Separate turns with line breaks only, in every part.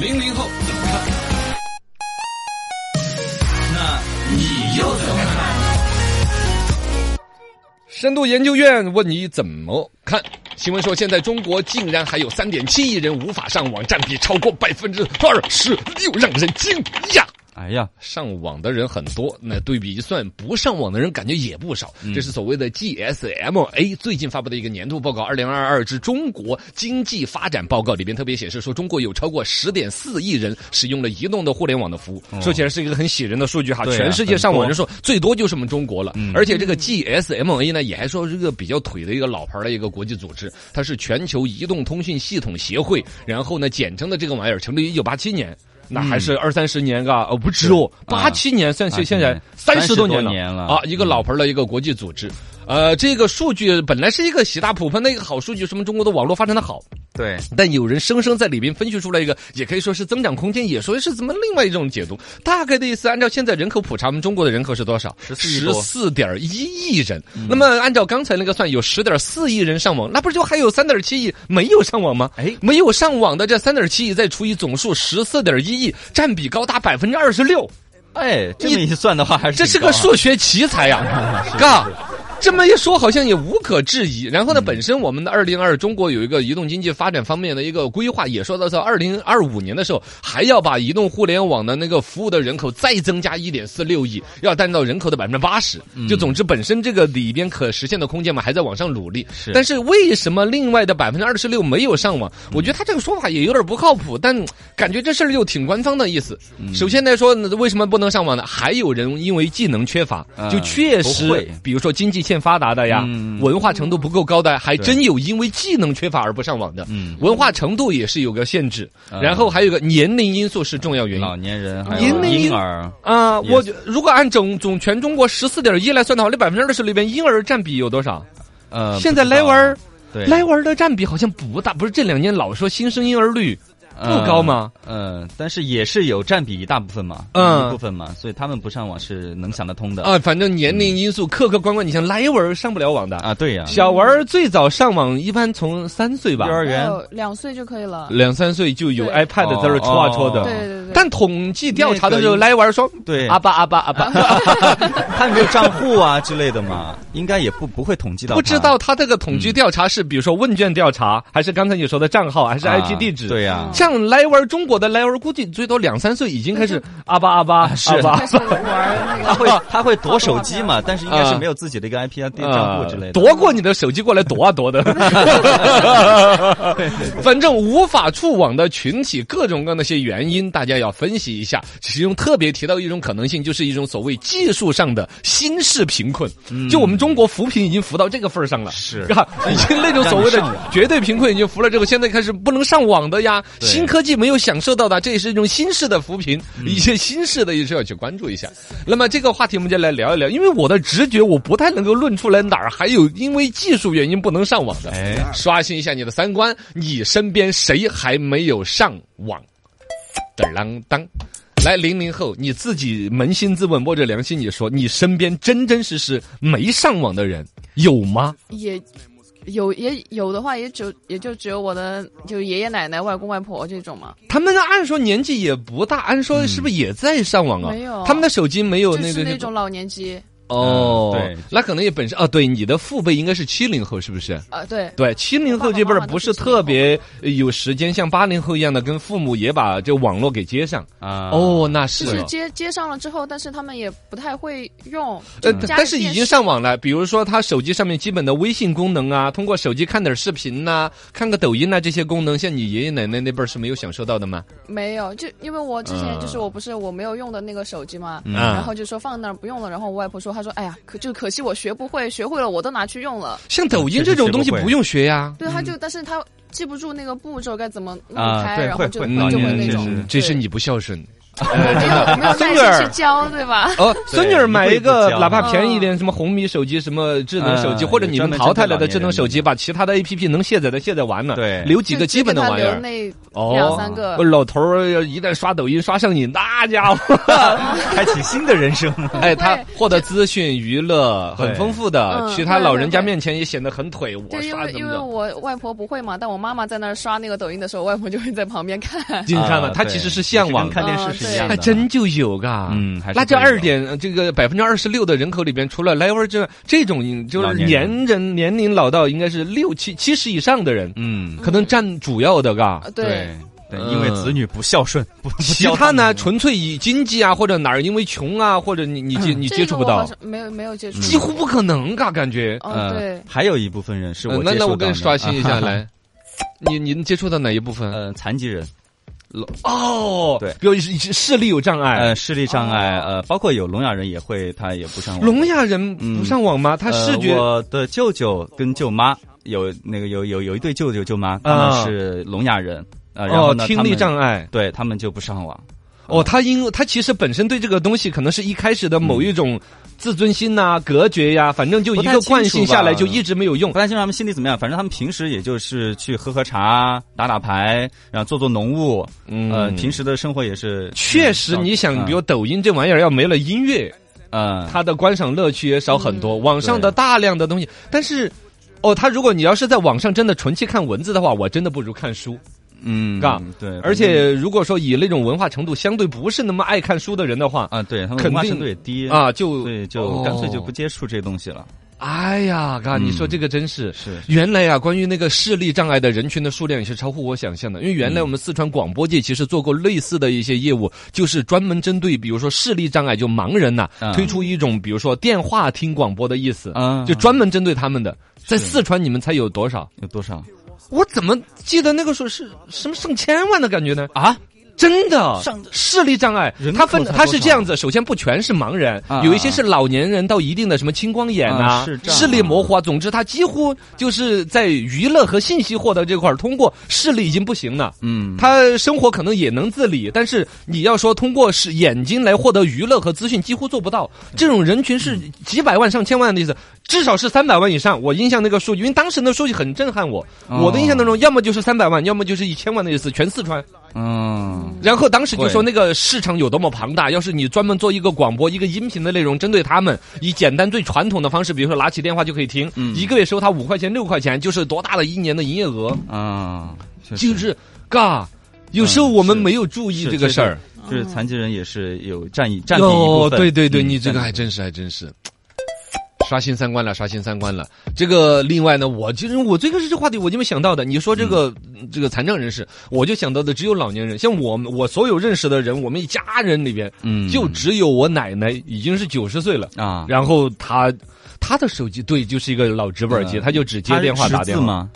零零后怎么看？那你又怎么看？
深度研究院问你怎么看？新闻说，现在中国竟然还有三点七亿人无法上网，占比超过百分之二十六，让人惊讶。
哎呀，
上网的人很多，那对比一算，不上网的人感觉也不少。
嗯
这是所谓的 GSMA 最近发布的一个年度报告《二零二二至中国经济发展报告》里边特别显示说，中国有超过十点四亿人使用了移动的互联网的服务。说起来是一个很喜人的数据哈，
哦对啊
全世界
很
上网
多
人数最多就是我们中国了。
嗯
而且这个 GSMA 呢，也还说是个比较腿的一个老牌的一个国际组织，它是全球移动通讯系统协会，然后呢简称的这个玩意儿，成立于一九八七年。那还
嗯
是二三十年嘎，哦不止哦，八七年算是
80
现在
啊年
三十多
30
年
多
了
年了嗯
啊，一个老牌的一个国际组织。呃，这个数据本来是一个喜大普奔的一个好数据，说明中国的网络发展的好，
对，
但有人生生在里边分析出来一个，也可以说是增长空间，也说是怎么另外一种解读。大概的意思，按照现在人口普查，我们中国的人口是多少？
14亿
十
多嗯
四点一亿人。那么按照刚才那个算，有十点四亿人上网，那不是就还有三点七亿没有上网吗？
哎
没有上网的这三点七亿再除以总数十四点一亿，占比高达百分之二十六。
哎，这么一算的话，还是
这
挺
是
高啊，
个数学奇才呀、 嘎。这么一说，好像也无可置疑。然后呢，本身我们的二零二中国有一个移动经济发展方面的一个规划，也说到在二零二五年的时候，还要把移动互联网的那个服务的人口再增加一点四六亿，要占到人口的百分之八十。
嗯
就总之，本身这个里边可实现的空间嘛，还在往上努力。
是嗯
但是为什么另外的百分之二十六没有上网？我觉得他这个说法也有点不靠谱，但感觉这事儿又挺官方的意思。
嗯
首先来说，那为什么不能上网呢？还有人因为技能缺乏，
嗯
就确
不
实
会，
比如说经济欠发达的呀，
嗯
文化程度不够高的，还真有因为技能缺乏而不上网的。
嗯
文化程度也是有个限制，
嗯
然后还有个年龄因素是重要原因。
老年人还
因
有
为
婴儿，
啊、
也
我觉如果按总总全中国十四点一来算的话，那百分之二十里边婴儿占比有多少？
呃，
现在
不知
来
道
玩儿，
对
莱维尔的占比好像不大，不是这两年老说新生婴儿率不高吗？
嗯，呃但是也是有占比一大部分嘛，
嗯
一部分嘛，所以他们不上网是能想得通的
啊，反正年龄因
嗯
素客客观观，你像莱维尔上不了网的，
啊，对呀，
小娃儿最早上网一般从三岁吧
幼，儿园
呃两岁就可以了。
两三岁就有
对
iPad 在那儿戳啊戳
哦
对
的。
对对，
但统计调查的时
那个
候，莱维尔说
对：“
阿爸阿爸 阿爸。
他有没有账户啊之类的嘛，应该也不不会统计”到他，
不知道他这个统计调查是比如说问卷调查，还是刚才你说的账号，还是
啊
IP 地址？
对呀，
像莱维尔中国的莱维尔，估计最多两三岁已经开始阿爸阿爸
啊是
阿爸
开始玩
他
那
会
个。
他会夺手机嘛，但是应该是没有自己的一个 IP 啊、地账户之类的。
呃夺过你的手机过来夺啊夺的。 反正无法触网的群体，各种各样的些原因，大家要分析一下。其中特别提到一种可能性，就是一种所谓技术上的新式贫困。就我们中国扶贫已经扶到这个份儿上了，
是
吧已经那种所谓 的
让你上网
绝对贫困已经扶了之后，现在开始不能上网的呀，
对嗯
新科技没有享受到的，这也是一种新式的扶贫，一些新式的也是要去关注一下。那么这个话题我们就来聊一聊，因为我的直觉我不太能够论出来哪儿还有因为技术原因不能上网的。
哎，
刷新一下你的三观，你身边谁还没有上网？嘚啷当。来，零零后，你自己扪心自问，摸着良心，你说你身边真真实实没上网的人有吗？
也有也有的话，也只有也就只有我的就爷爷奶奶、外公外婆这种嘛，
他们按说年纪也不大，按说是不
嗯
是也在上网啊？
没有
他们的手机没有
就
那
是
个
那种老年机。
哦，
嗯对
那可能也本身哦，对，你的父辈应该是七零后，是不是？
啊，对，
对，七零后这辈儿不是特别有时间，像八零后一样的，跟父母也把这网络给接上。
啊，
哦，那是
就
了
是接接上了之后，但是他们也不太会用。
呃，
家里
但是已
电
经
视
上网了，比如说他手机上面基本的微信功能啊，通过手机看点视频呐、看个抖音呐、这些功能，像你爷爷奶奶那辈儿是没有享受到的吗？
没有，就因为我之前
嗯
就是我不是我没有用的那个手机嘛，
嗯
然后就说放那儿不用了，然后我外婆说她说哎呀，可就可惜我学不会，学会了我都拿去用了。
像抖音这种东西
啊确实学不会
不用学呀。
对，她就但是她记不住那个步骤该怎么弄
啊
开，
对
然
会
后就
会
就
老
会
年人
那
确
种
实。
这是
对
你不孝顺，呃，真
我 没有
的，孙女
耐心去
儿。
教，对吧？
哦，孙女儿买一
一步
个
一步，教
哪怕便宜一点，什么红米手机、什么智能手机，
啊嗯
或者你们淘汰了的智能手机，
有
把其他的 A P P 能卸载的卸载完了，
对
留 几个基本的玩意
就
儿
只。给他留
哦
那两三个
我，老头儿要一旦刷抖音刷上瘾，那家伙，
开启新的人 生。
嗯
哎，他获得资讯娱乐很丰富的，
嗯对
其他老人家面前也显得很腿，我
对，因
刷
为
怎
因
么
为
着。
我外婆不会嘛，但我妈妈在那儿刷那个抖音的时候，外婆就会在旁边 看。
你看嘛，
啊
他其实是向往
对跟看
的，
电视是一样
还
的，
真就有啊嘎。
嗯还是
那这
会有
二点呃这个百分之二十六的人口里边，除了 level 这这种就是
老年
年
人
人年龄老到应该是六七七十以上的人，
嗯，
可能占主要的嘎。
呃对
对，对，因为子女不孝顺，不不
嗯其
教
他呢，
们
纯粹以经济啊，或者哪儿因为穷啊，或者你你接你
嗯这
接触
个
不
我好
到，
像没有没有
嗯
接触，
几乎不嗯可能嘎，感觉。
哦对，
呃还有一部分人是我
呃那
接
那
触到
我跟
的
你刷新一下，
啊
来，你您接触到哪一部分？
呃，残疾人，
哦，
对
比如视视力有障碍，
呃，视力障碍，呃，包括有聋哑人也会，他也不上网。
哦聋哑人不上网吗？他
呃
视觉哦
我的舅舅跟舅妈有那个有有有一对舅舅舅妈，他
啊
们是聋哑人，呃，然后
哦，
呢，
听力
碍，
障碍。
对他们就不上网。
哦，他因为他其实本身对这个东西可能是一开始的某一种自尊心呐、啊隔绝呀、反正就一
不太
个
清
惯
楚
性下来
吧
就一直没有用
不。太清楚他们心里怎么样，反正他们平时也就是去喝喝茶、打打牌，然后做做农务，
嗯
呃，平时的生活也是。
确实，你想，
嗯
比如抖音这玩意儿要没了音乐，
嗯，
它的观赏乐趣也少很多。网上的大量的东西，但是。哦，他如果你要是在网上真的纯去看文字的话，我真的不如看书。
嗯，
嘎
对，
而且如果说以那种文化程度相对不是那么爱看书的人的话，
啊，对他们
肯
文化
定
程度也低，
啊，就
所以就干脆就不嗯
哦
接触这东西了。
哎呀，嘎，你说这个真是
是
原来啊，关于那个视力障碍的人群的数量也是超乎我想象的，因为原
嗯
来我们四川广播界其实做过类似的一些业务，就是专门针对比如说视力障碍就盲人呐、
嗯
推出一种比如说电话听广播的意思，
啊
就专门针对他们的。在
是
四川，你们猜有多少？
有多少
我怎么记得那个时候是什么上千万的感觉呢？
啊？
真的
上，
视力障碍
人，口
它分
才
它
多
是
少
这样子，首先不全是盲人
啊，
有一些是老年人到一定的什么青光眼
啊
呐
是、这样
视力模糊啊，总之他几乎就是在娱乐和信息获得这块儿，通过视力已经不行了。
嗯，
他生活可能也能自理，但是你要说通过是眼睛来获得娱乐和资讯，几乎做不到。这种人群是
嗯
几百万、上千万的意思，至少是三百万以上。我印象那个数据，因为当时那数据很震撼我。
哦
我的印象当中，要么就是三百万，要么就是一千万的意思，全四川。
嗯，
然后当时就说
对
那个市场有多么庞大，要是你专门做一个广播、一个音频的内容，针对他们，以简单最传统的方式，比如说拿起电话就可以听，
嗯
一个月收他五块钱、六块钱，就是多大的一年的营业额，
啊，确实
就是嘎。有时候我们没有注
嗯
意
是嗯
这个事儿，，
就是就是残疾人也是有占一占比一部
哦，
分。
对对对，
嗯
你这个
占
还真是还真是。刷新三观了，刷新三观了。这个另外呢，我其实我这个是这话题我就没想到的。你说这个、
嗯
这个残障人士，我就想到的只有老年人。像我们我所有认识的人，我们一家人里边，
嗯
就只有我奶奶已经是九十岁了，
啊，
然后她她的手机对就是一个老直板机，
嗯
她就只接电话
他是
打
识
电
字
话。
吗？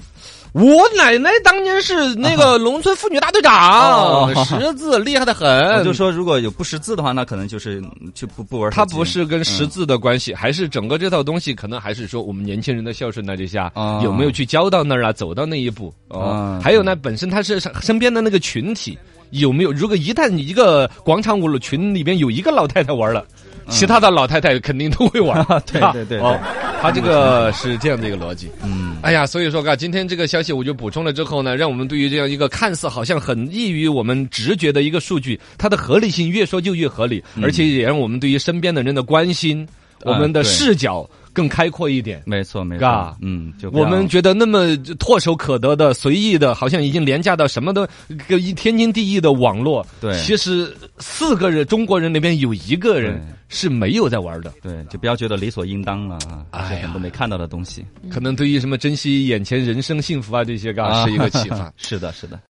我奶奶当年是那个农村妇女大队长，
啊哦
识字厉害的很。
我就说，如果有不识字的话，那可能就是就不不玩嗯手
它
机。
不是跟识字的关系，还是整个这套东西，可能还是说我们年轻人的孝顺那之下，
啊
有没有去教到那儿啊，走到那一步哦
啊。，
还有呢，本身他是身边的那个群体有没有？如果一旦一个广场舞群里边有一个老太太玩了，其他的老太太肯定都会玩
嗯 对
吧
对对对
哦，他这个是这样的一个逻辑。
嗯
哎呀，所以说嘎，今天这个消息我就补充了之后呢，让我们对于这样一个看似好像很异于我们直觉的一个数据，它的合理性越说就越合理，
嗯
而且也让我们对于身边的人的关心，我们的
对
视角更开阔一点。
没错没
嘎
错，嗯，就不
我
要
们觉得那么唾手可得的、随意的，好像已经廉价到什么都个一天经地义的网络。
对
其实四个人中国人里面有一个人
对
是没有在玩的。
对，就不要觉得理所应当了啊，这
哎呀
些很多没看到的东西
可能对于什么珍惜眼前人生幸福啊这些，嘎
嗯啊
是一个启发。
是的，是的。